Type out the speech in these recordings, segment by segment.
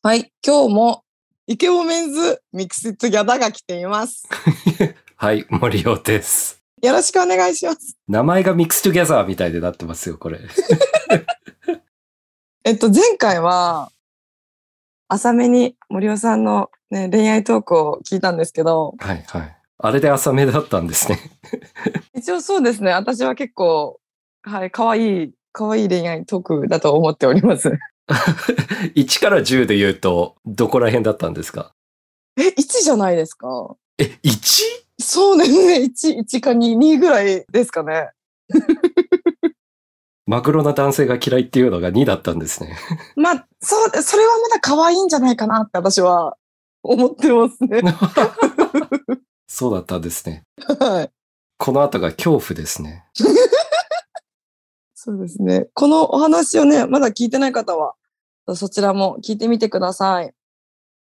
はい、今日もイケボメンズミクシットギャダが来ています。はい、森尾です。よろしくお願いします。名前がミックストゥギャザーみたいになってますよ、これ。えっと、前回は、浅めに森尾さんの、ね、恋愛トークを聞いたんですけど、はいはい。あれで浅めだったんですね。 一応そうですね、私は結構、はい、可愛い、可愛い恋愛トークだと思っております。 1から10で言うと、どこら辺だったんですか え、1じゃないですかえ、1? そうですね、1、1か2、2ぐらいですかね。マグロな男性が嫌いっていうのが2だったんですね。 まあ、そう、それはまだ可愛いんじゃないかなって私は思ってますね。そうだったんですね。はい。この後が恐怖ですね。そうですね。このお話をね、まだ聞いてない方は、そちらも聞いてみてください。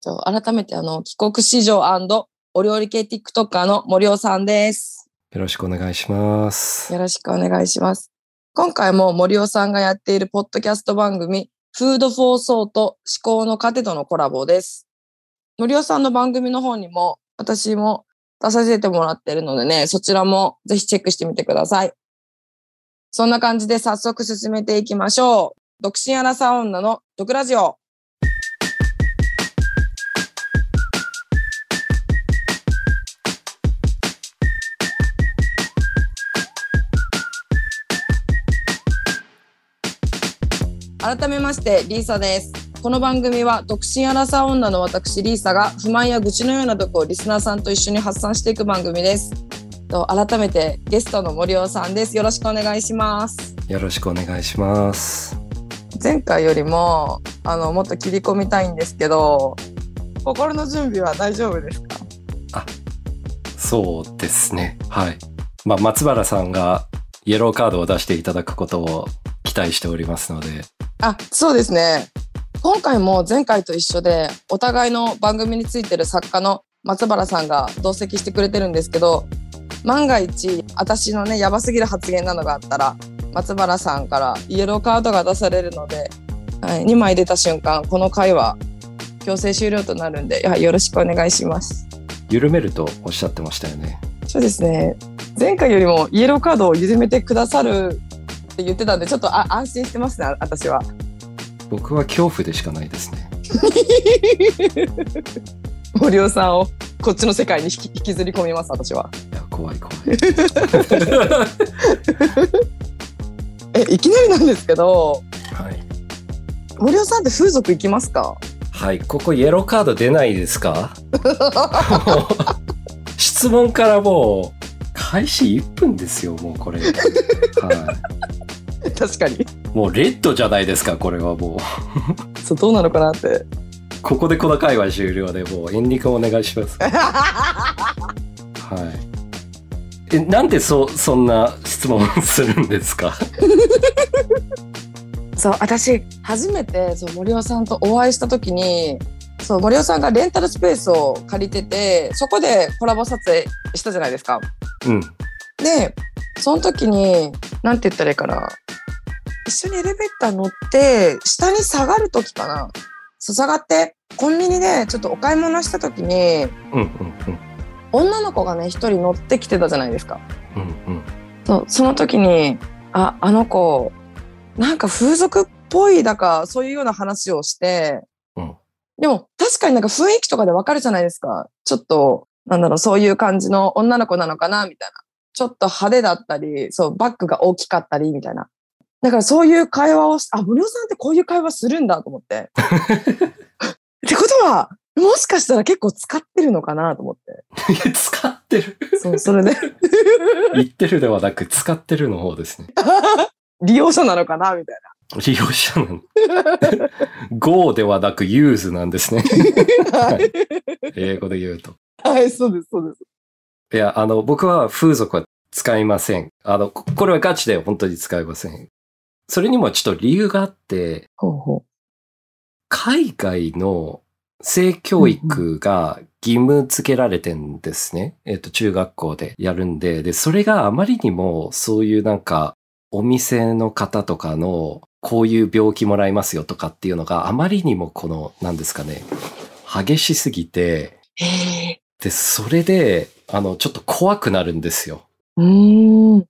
じゃあ改めて、あの、帰国子女お料理系 TikToker の森尾さんです。よろしくお願いしますよ。ろしくお願いします。今回も森尾さんがやっているポッドキャスト番組、フードフォーソーと思考の糧とのコラボです。森尾さんの番組の方にも、私も出させてもらってるのでね、そちらもぜひチェックしてみてください。そんな感じで早速進めていきましょう。独身アナサウンナの独ラジオ。改めまして、リーサです。この番組は独身アラサー女の私リーサが不満や愚痴のようなとこをリスナーさんと一緒に発散していく番組です。と改めてゲストの森尾さんです。よろしくお願いします。よろしくお願いします。前回よりもあのもっと切り込みたいんですけど心の準備は大丈夫ですかそうですね。はい。まあ、松原さんがイエローカードを出していただくことを期待しておりますので、あそうですね今回も前回と一緒でお互いの番組についてる作家の松原さんが同席してくれてるんですけど万が一私のねやばすぎる発言なのがあったら松原さんからイエローカードが出されるので、はい、2枚出た瞬間この回は強制終了となるんで、はい、よろしくお願いします。緩めるとおっしゃってましたよね。そうですね前回よりもイエローカードを緩めてくださるって言ってたんでちょっとあ安心してますねあ私は僕は恐怖でしかないですね。 森尾さんをこっちの世界に引き引きずり込みます私はいや、怖い怖い。えいきなりなんですけどはい。森尾さんって風俗行きますかはい、ここイエローカード出ないです か質問からもう、開始1分ですよ、もうこれ。は 確かにい。もうレッドじゃないですか、これはもう。そうどうなのかなってここでこの会話終了で、もうエンディングお願いします。はい。え、なんでそ、そんな質問をするんですかそう私初めてそう森尾さんとお会いした時にそう森尾さんがレンタルスペースを借りててそこでコラボ撮影したじゃないですかうん。でその時になんて言ったらいいかな一緒にエレベーター乗って下に下がる時かなそう下がってコンビニでちょっとお買い物した時にうんうんうん。女の子がね一人乗ってきてたじゃないですかうんうん。そうその時にああの子なんか風俗っぽいだかそういうような話をして、うんでも確かになんか雰囲気とかでわかるじゃないですかちょっとなんだろうそういう感じの女の子なのかなみたいなちょっと派手だったりそうバッグが大きかったりみたいなだからそういう会話をしあ森尾さんってこういう会話するんだと思ってってことはもしかしたら結構使ってるのかなと思っ使ってる。てそうそれで言ってるではなく、使ってるの方ですね。利用者なのかなみたいな。利用者なの。Go ではなく Use なんです ね。はい、英語で言うと。はい、そうです、そうです。いや、あの、僕は風俗は使いません。あの、ここれはガチで本当に使いません。それにもちょっと理由があって、ほうほ海外の性教育が義務付けられてんですね。えっと、中学校でやるんで、で、それがあまりにもそういうなんか、お店の方とかのこういう病気もらいますよとかっていうのがあまりにもこの、なんですかね、激しすぎて、へえ。で、それで、あの、ちょっと怖くなるんですよ。うーん。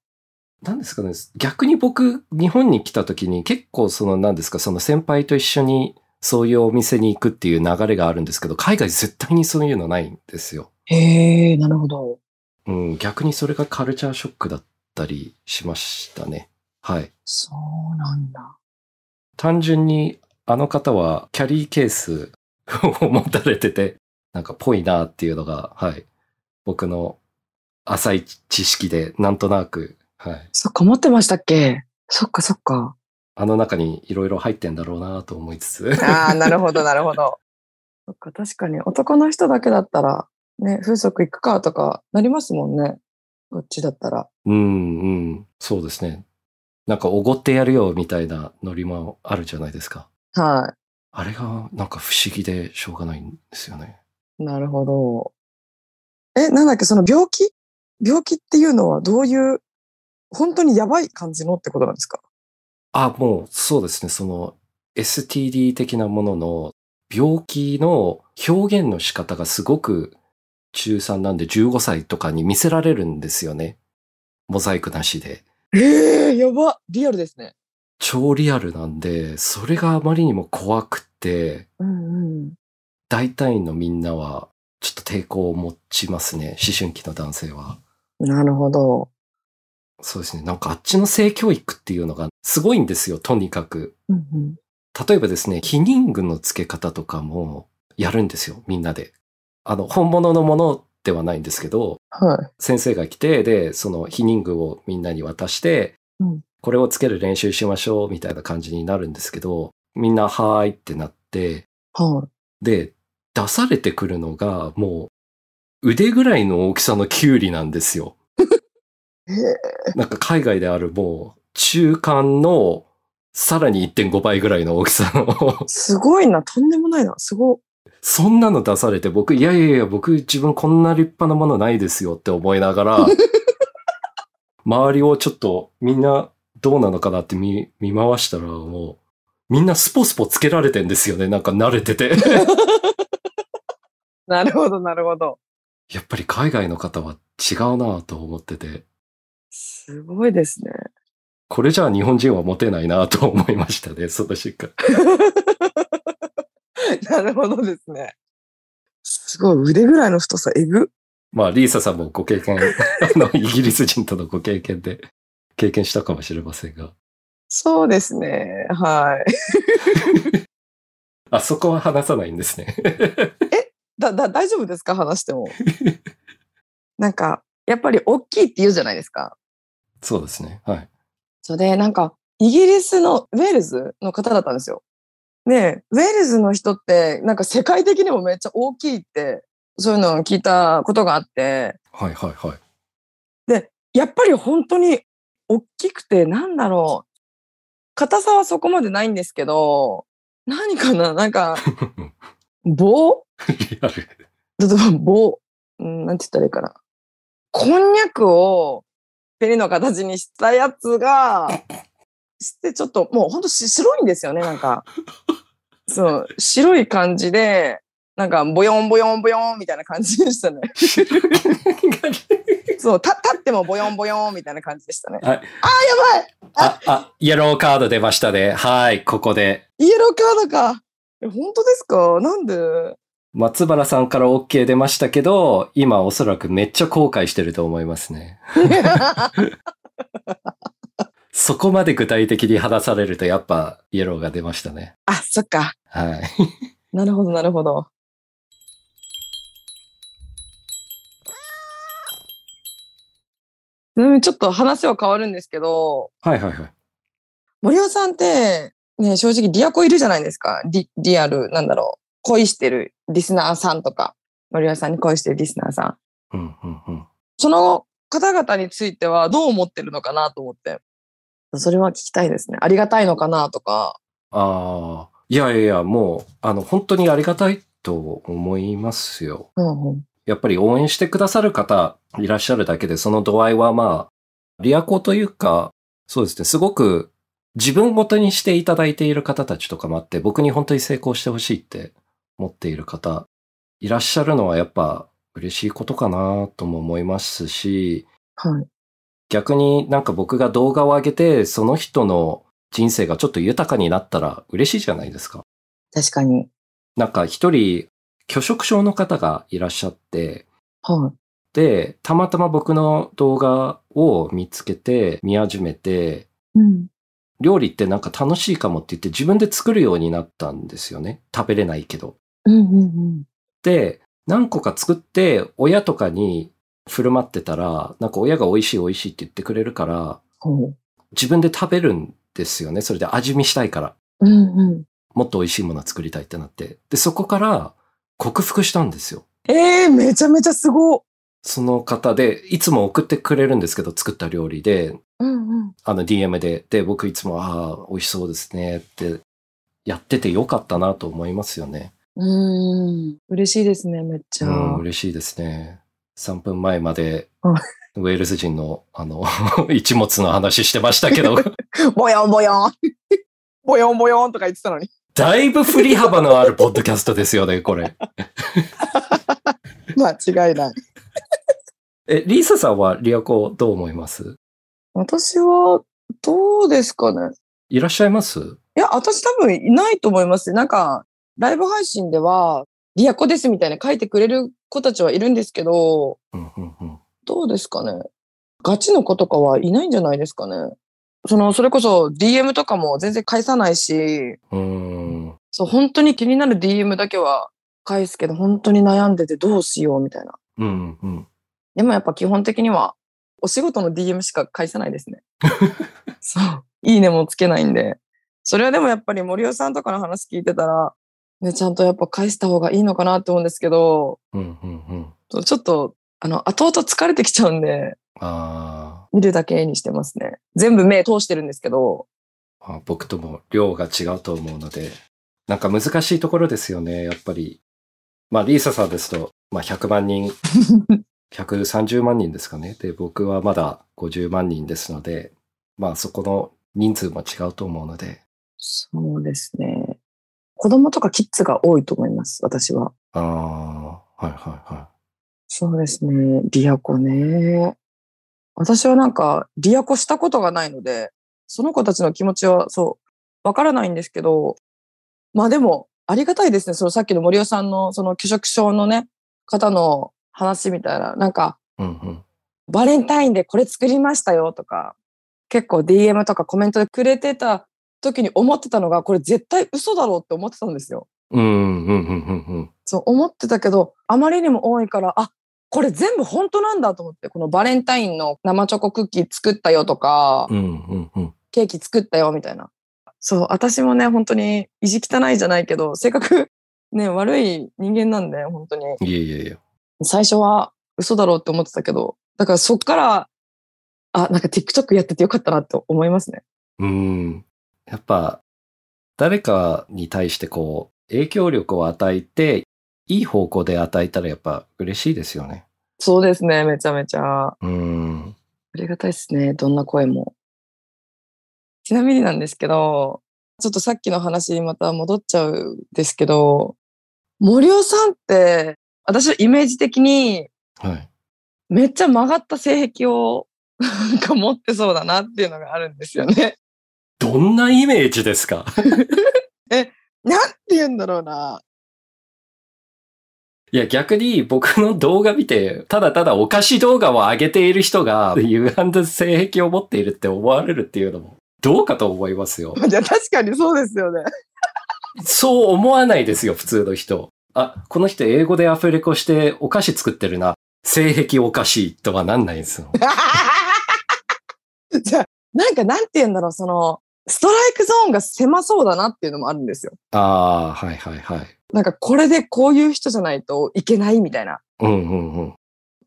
なんですかね、逆に僕、日本に来た時に結構その、なんですか、その先輩と一緒にそういうお店に行くっていう流れがあるんですけど、海外絶対にそういうのないんですよ。へえ、なるほど。うん、逆にそれがカルチャーショックだったりしましたね。はい。そうなんだ。単純にあの方はキャリーケースを持たれてて、なんかぽいなっていうのが、はい。僕の浅い知識でなんとなく、はい。そっか、持ってましたっけそっかそっか。あの中にいろいろ入ってんだろうなと思いつつ。ああ、なるほど、なるほど。 そっか、確かに男の人だけだったら、ね、風俗行くかとかなりますもんね。こっちだったら。うんうん。そうですね。なんかおごってやるよみたいなノリもあるじゃないですか。はあれがなんか不思議でしょうがないんですよね。い。なるほど。え、なんだっけ、その病気病気っていうのはどういう、本当にやばい感じのってことなんですかあ、もうそうですね。その STD 的なものの病気の表現の仕方がすごく中3なんで15歳とかに見せられるんですよね。モザイクなしで。ええやばリアルですね。超リアルなんで、それがあまりにも怖くて、うんうん。大体のみんなは、ちょっと抵抗を持ちますね。思春期の男性は。なるほど。そうですね。なんかあっちの性教育っていうのがすごいんですよ、とにかく。うんうん、例えばですね、避妊具の付け方とかもやるんですよ、みんなで。あの、本物のものではないんですけど、はい。先生が来て、で、その避妊具をみんなに渡して、うんこれをつける練習しましょう、みたいな感じになるんですけど、みんな、はーいってなって、はい。で、出されてくるのが、もう、腕ぐらいの大きさのキュウリなんですよ。え、なんか海外であるもう、中間の、さらに1.5倍ぐらいの大きさの すごいな。とんでもないな。すご。そんなの出されて、僕、いやいやいや、僕自分こんな立派なものないですよって思いながら、周りをちょっとみんなどうなのかなって見、見回したらもう、みんなスポスポつけられてんですよね。なんか慣れてて。なるほど、なるほど。やっぱり海外の方は違うなぁと思ってて。すごいですね。これじゃあ日本人はモテないなと思いましたね、そ の瞬間。 なるほどですね。すごい。腕ぐらいの太さ、えぐ。まあ、リーサさんもご経験、 あの、イギリス人とのご経験で、経験したかもしれませんが。そうですね。はい。あそこは話さないんですね。 だ、だ、大丈夫ですか話して も。なんか、やっぱり大きいって言うじゃないですか。そうですね。はい。それで、なんか、イギリスの、ウェールズの方だったんですよ。で、ウェールズの人って、なんか世界的にもめっちゃ大きいって、そういうのを聞いたことがあって、はいはいはい。やっぱり本当に大きくて、なんだろう。硬さはそこまでないんですけど、何かななんか、棒リアル。例えば棒。うん、なんて言ったらいいかな。こんにゃくをペリの形にしたやつが、してちょっと、もうほんとし白いんですよね、なんか。そう、白い感じで、なんか、ボヨンボヨンボヨンみたいな感じでしたね。そう、た立ってもボヨンボヨンみたいな感じでしたね。はああ、いやばいあ、あ、イエローカード出ましたね。はい、ここで。イエローカードか。え、本当ですかなんで松原さんから OK 出ましたけど、今おそらくめっちゃ後悔してると思いますね。そこまで具体的に話されるとやっぱイエローが出ましたね。あ、そっか。はい。なるほど、なるほど。ちなみにちょっと話は変わるんですけど、はいはいはい。森尾さんって、ね、正直リアコいるじゃないですか。リ、リアル、なんだろう。恋してるリスナーさんとか、森尾さんに恋してるリスナーさん。うんうんうん。その方々についてはどう思ってるのかなと思って。それは聞きたいですね。ありがたいのかなとか。ああ、いやいやいや、もう、あの、本当にありがたいと思いますよ。うんうん。やっぱり応援してくださる方いらっしゃるだけで、その度合いはまあ、リアコというか、そうですね、すごく自分ごとにしていただいている方たちとかもあって、僕に本当に成功してほしいって思っている方、いらっしゃるのはやっぱ嬉しいことかなとも思いますし、はい。逆になんか僕が動画を上げて、その人の人生がちょっと豊かになったら嬉しいじゃないですか。確かに。なんか一人、拒食症の方がいらっしゃって、はで、たまたま僕の動画を見つけて、見始めて、い。うん。料理ってなんか楽しいかもって言って自分で作るようになったんですよね。食べれないけど。うんうんうん。で、何個か作って親とかに振る舞ってたら、なんか親が美味しい美味しいって言ってくれるから、ほう。自分で食べるんですよね。それで味見したいから。うんうん。もっと美味しいもの作りたいってなって。で、そこから克服したんですよ。ええめちゃめちゃすご。その方で、いつも送ってくれるんですけど、作った料理で、うんうん。あの DM で、で、僕いつも、ああ、美味しそうですねって、やっててよかったなと思いますよね。うん。嬉しいですね、めっちゃ。うん、嬉しいですね。3分前までうん、ウェールズ人の、あの、 一物の話してましたけど、 ぼよんぼ よん。ぼよんぼよんとか言ってたのに。 だいぶ振り幅のあるポッドキャストですよね、これ。間違いない。え、リーサさんはリアコどう思います私は、どうですかね。いらっしゃいますいや、私多分いないと思います。なんか、ライブ配信では、リアコですみたいな書いてくれる子たちはいるんですけど、うんうんうん。どうですかね。ガチの子とかはいないんじゃないですかね。その、それこそ DM とかも全然返さないし、うーん。そう、本当に気になる DM だけは返すけど、本当に悩んでてどうしようみたいな。うんうん。でもやっぱ基本的には、お仕事の DM しか返さないですね。そう。いいねもつけないんで。それはでもやっぱり森尾さんとかの話聞いてたら、ね、ちゃんとやっぱ返した方がいいのかなって思うんですけど、うんうんうん。そうちょっと、あの、後々疲れてきちゃうんで、あ見るだけにしてますね。全部目通してるんですけど、ーあ、僕とも量が違うと思うので、なんか難しいところですよね、やっぱり。まあ、リーサさんですと、まあ、100万人、130万人ですかね。で、僕はまだ50万人ですので、まあ、そこの人数も違うと思うので、そうですね。子供とかキッズが多いと思います、私は。ああ、はいはいはそうですね。リアコね。私はなんか、リアコしたことがないので、その子たちの気持ちは、そう、わからないんですけど、まあでも、ありがたいですね。そのさっきの森尾さんの、その拒食症のね、方の話みたいな、なんか、い。うんうん。バレンタインでこれ作りましたよとか、結構 DM とかコメントでくれてた時に思ってたのが、これ絶対嘘だろうって思ってたんですよ。うんうんうんうんうん。そう思ってたけど、あまりにも多いから、あ、これ全部本当なんだと思って、このバレンタインの生チョコクッキー作ったよとかう、んうんうん。ケーキ作ったよみたいな。そう、私もね、本当に意地汚いじゃないけど、性格 ね、悪い人間なんで、本当に。いやいやいや。最初は嘘だろうって思ってたけど、だからそっから、あ、なんか TikTok やっててよかったなって思いますね。うん。やっぱ、誰かに対してこう、影響力を与えて、いい方向で与えたらやっぱ嬉しいですよね。そうですね、めちゃめちゃ。うん。ありがたいですね。どんな声も。ちなみになんですけど、ちょっとさっきの話にまた戻っちゃうんですけど、森尾さんって、私のイメージ的にはい。めっちゃ曲がった性癖をなんか持ってそうだなっていうのがあるんですよね。どんなイメージですか なんて言うんだろうな。いや、逆に僕の動画見て、ただただお菓子動画を上げている人が、歪んだ性癖を持っているって思われるっていうのも、どうかと思いますよ。じゃあ確かにそうですよね。 そう思わないですよ、普通の人。あ、この人英語でアフレコしてお菓子作ってるな。性癖おかしいとはなんないんですよ。じゃあ、なんかなんて言うんだろう、その、ストライクゾーンが狭そうだなっていうのもあるんですよ。ああ、はいはいはい。なんかこれでこういう人じゃないといけないみたいな、うんうんうん。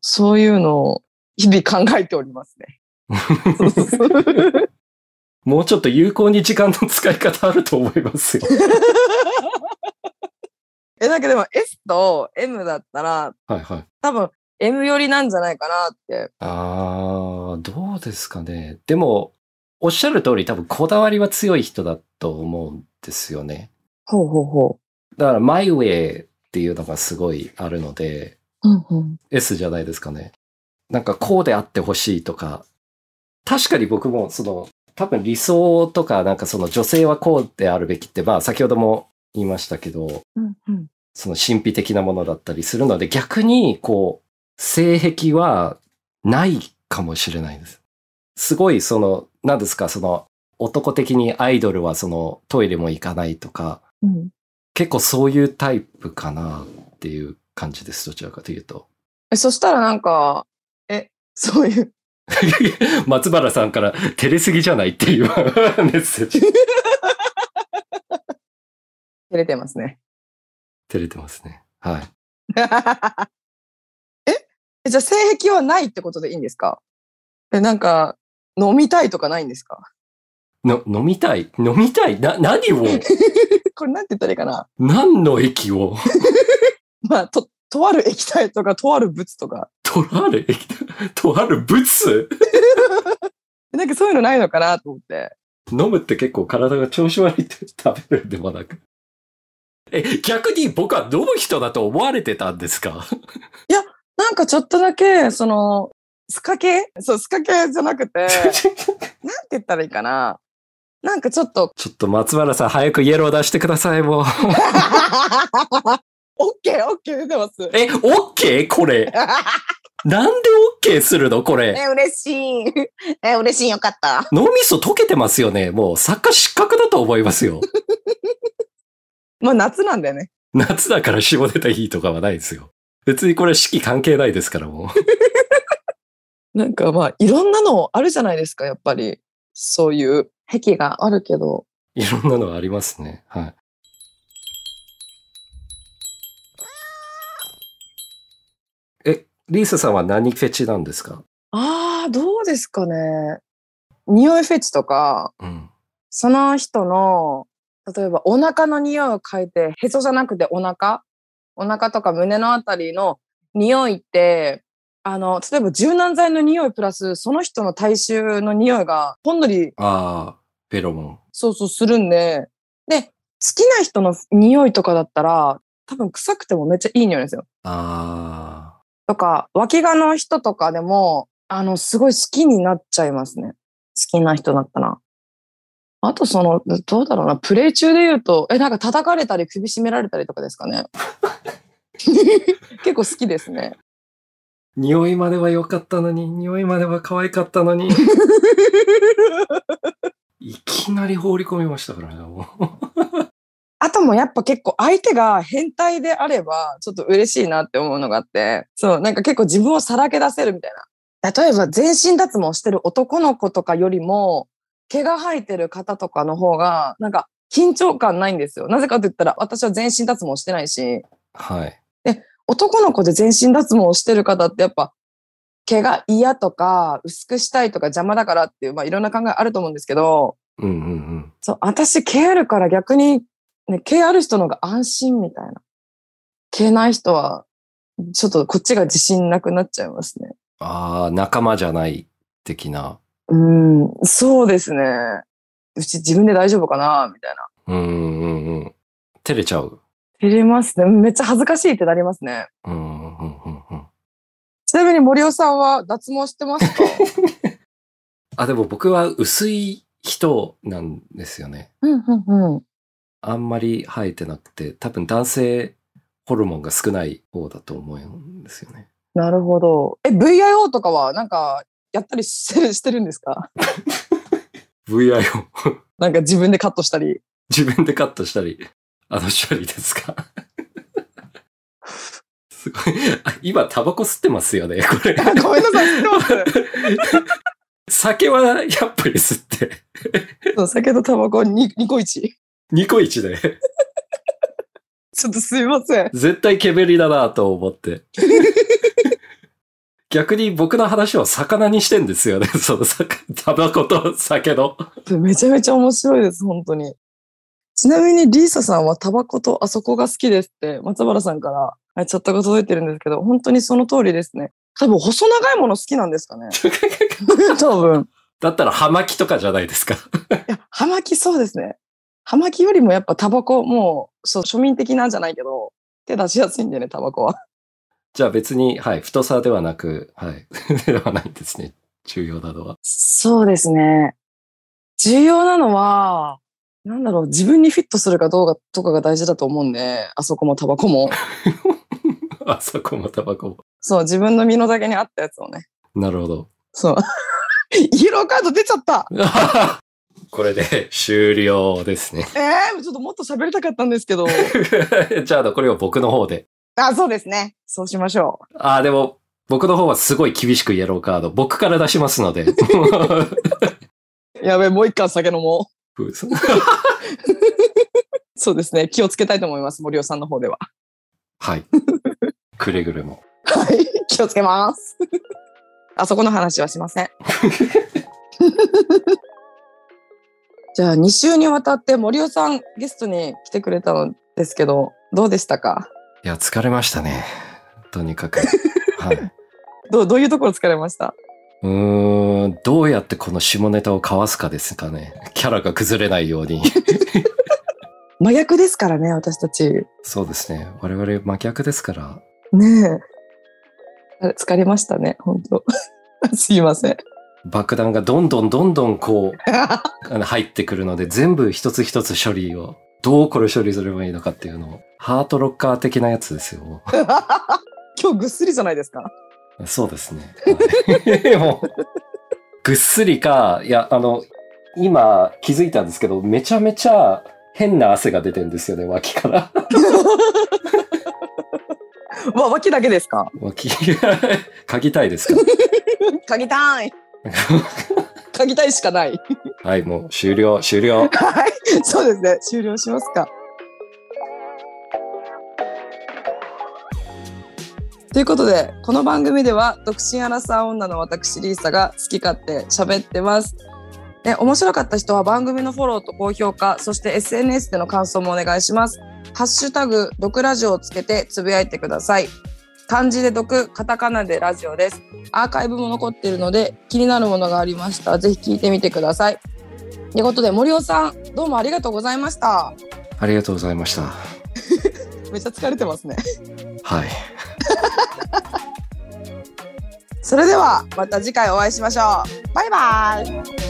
そういうのを日々考えております ね。もうちょっと有効に時間の使い方あると思いますよ。え、なんかでも S と M だったら はいはい。多分 M 寄りなんじゃないかなって。ああ、どうですかね。でも、おっしゃる通り多分こだわりは強い人だと思うんですよね。ほうほうほだからマイウェイっていうのがすごいあるので、う。うんうん。 S じゃないですかね。なんかこうであってほしいとか、確かに僕もその多分理想とかなんかその女性はこうであるべきってまあ先ほども言いましたけど、うんうん。その神秘的なものだったりするので逆にこう性癖はないかもしれないです。すごいその何ですかその男的にアイドルはそのトイレも行かないとかうん、結構そういうタイプかなっていう感じですどちらかというと。 えそしたらなんか、え、そういう。松原さんから照れすぎじゃないっていう メッセージ。照れてますね。 照れてますね。はい。え、じゃあ性癖はないってことでいいんですかえ、なんか、飲みたいとかないんですかの、飲みたい飲みたいな、何を これなんて言ったらいいかな何の液を まあ、と、とある液体とか、とある物とか。とある液とある物なんかそういうのないのかなと思って。飲むって結構体が調子悪いって食べるでもなく。え、逆に僕は飲む人だと思われてたんです かなんかちょっとだけ、その、スカ系そう、スカ系じゃなくて、なんてち言ったらいいかななんかちょっ と、ょっと松原さん早くイエロー出してください、もう。オッケーオッケー出てます。え、オッケーこれ。なんでオッケーするのこ れ。え、嬉しい。え、嬉しい。よかった。脳みそ溶けてますよね。もう作家失格だと思いますよ。まあ、夏なんだよね。夏だから下ネタいいとかはないですよ。別にこれ四季関係ないですからもう。なんかまあ、いろんなのあるじゃないですか、やっぱり。そういう癖があるけど。いろんなのありますね。はい。え、リーサさんは何フェチなんですかああ、どうですかね。匂いフェチとか、うん。その人の、例えばお腹の匂いを嗅いて、へそじゃなくてお腹お腹とか胸のあたりの匂いって、あの、例えば柔軟剤の匂いプラス、その人の体臭の匂いが、ほんのりああ、フェロモン。そうそうするんで、で、好きな人の匂いとかだったら、多分臭くてもめっちゃいい匂いなんですよ。ああ。とか、脇がの人とかでも、あの、すごい好きになっちゃいますね。好きな人だったら。あとその、どうだろうな、プレイ中で言うと、え、なんか叩かれたり首絞められたりとかですかね。結構好きですね。匂いまでは良かったのに、匂いまでは可愛かったの に。いきなり放り込みましたからね、もう。あともやっぱ結構相手が変態であれば、ちょっと嬉しいなって思うのがあって、そう、なんか結構自分をさらけ出せるみたいな。例えば全身脱毛してる男の子とかよりも、毛が生えてる方とかの方が、なんか緊張感ないんですよ。なぜかと言ったら、私は全身脱毛してないし、はい。男の子で全身脱毛してる方ってやっぱ、毛が嫌とか、薄くしたいとか邪魔だからっていう、まあいろんな考えあると思うんですけど、うんうんうん。そう、私、毛あるから逆に、ね、毛ある人の方が安心みたいな。毛ない人は、ちょっとこっちが自信なくなっちゃいますね。ああ、仲間じゃない的な。うん、そうですね。うち自分で大丈夫かなみたいな。うんうんうん。照れちゃう。照れますね。めっちゃ恥ずかしいってなりますね。うんうんうんうんうん。ちなみに森尾さんは脱毛してますかあ、でも僕は薄い人なんですよね。 うん、うん、うん。あんまり生えてなくて、多分男性ホルモンが少ない方だと思うんですよね。なるほど。え、VIO とかはなんか、やったりしてしてるんですか VIO。なんか自分でカットしたり。 自分でカットしたり、あの処理ですか すごい。あ今タバコ吸ってますよね、これ。あ ごめんなさい、知ってます。酒はやっぱり吸って。 そう酒とタバコにニコイチ。ニコイチで。ちょっとすいません。絶対ケベリだなと思って。逆に僕の話を魚にしてんですよね。 その魚、タバコと酒の。めちゃめちゃ面白いです、本当に。ちなみにリーサさんはタバコとあそこが好きですって、松原さんからあチャットが届いてるんですけど、 本当にその通りですね。多分細長いもの好きなんですかね。多分。だったら、葉巻とかじゃないですか。 いや、葉巻そうですね。葉巻よりもやっぱタバコ、もう、そう、庶民的なんじゃないけど、手出しやすいんでね、タバコは。じゃあ別に、はい、太さではなく、はい、 ではないんですね。重要なのは。 そうですね。重要なのは、なんだろう、自分にフィットするかどうかとかが大事だと思うんで、あそこもタバコも。あそこもタバコも。そう、自分の身の丈に合ったやつをね。なるほど。 そう。 イエローカード出ちゃったこれで終了ですね。 えー、ちょっともっと喋りたかったんですけど。じゃあ、これを僕の方で。 あ、そうですね。そうしましょああ、でも、僕の方はすごい厳しくイエローカード。僕から出しますので。う。やべえ、もう一貫酒飲もう。はそうですね。気をつけたいと思います。森尾さんの方では。い。くれぐれも。はい。気をつけます。 あそこの話はしません。 じゃあ、2週にわたって森尾さんゲストに来てくれたのですけど、どうでしたかいや、疲れましたね。とにかく。はい。どうどういうところ疲れましたうーん、どうやってこの下ネタをかわすかですかね。キャラが崩れないように。真逆ですからね、私たち。そうですね。我々真逆ですから。ねえ。あ疲れましたね、本当 すいません。 爆弾がどんどんどんどんこう、あの入ってくるので、全部一つ一つ処理を、どうこれ処理すればいいのかっていうのを、ハートロッカー的なやつですよ。今日ぐっすりじゃないですか。そうですね。はい もう、ぐっすりか、いや、あの、今気づいたんですけど、めちゃめちゃ変な汗が出てるんですよね、脇から。 わ、脇だけですか脇、 嗅ぎたいですか 嗅ぎたい。 嗅ぎたいしかない。はい、もう終了、終了。はい。そうですね。終了しますか。ということで、この番組では、独身アラサー女の私、リーサが好き勝手喋ってます。で面白かった人は番組のフォローと高評価、そして SNS での感想もお願いします。ハッシュタグ、毒ラジオをつけてつぶやいてください。漢字で毒、カタカナでラジオです。アーカイブも残っているので、気になるものがありましたら、ぜひ聞いてみてください。ということで森尾さんどうもありがとうございましたありがとうございました。めっちゃ疲れてますねはい。それではまた次回お会いしましょうバイバイ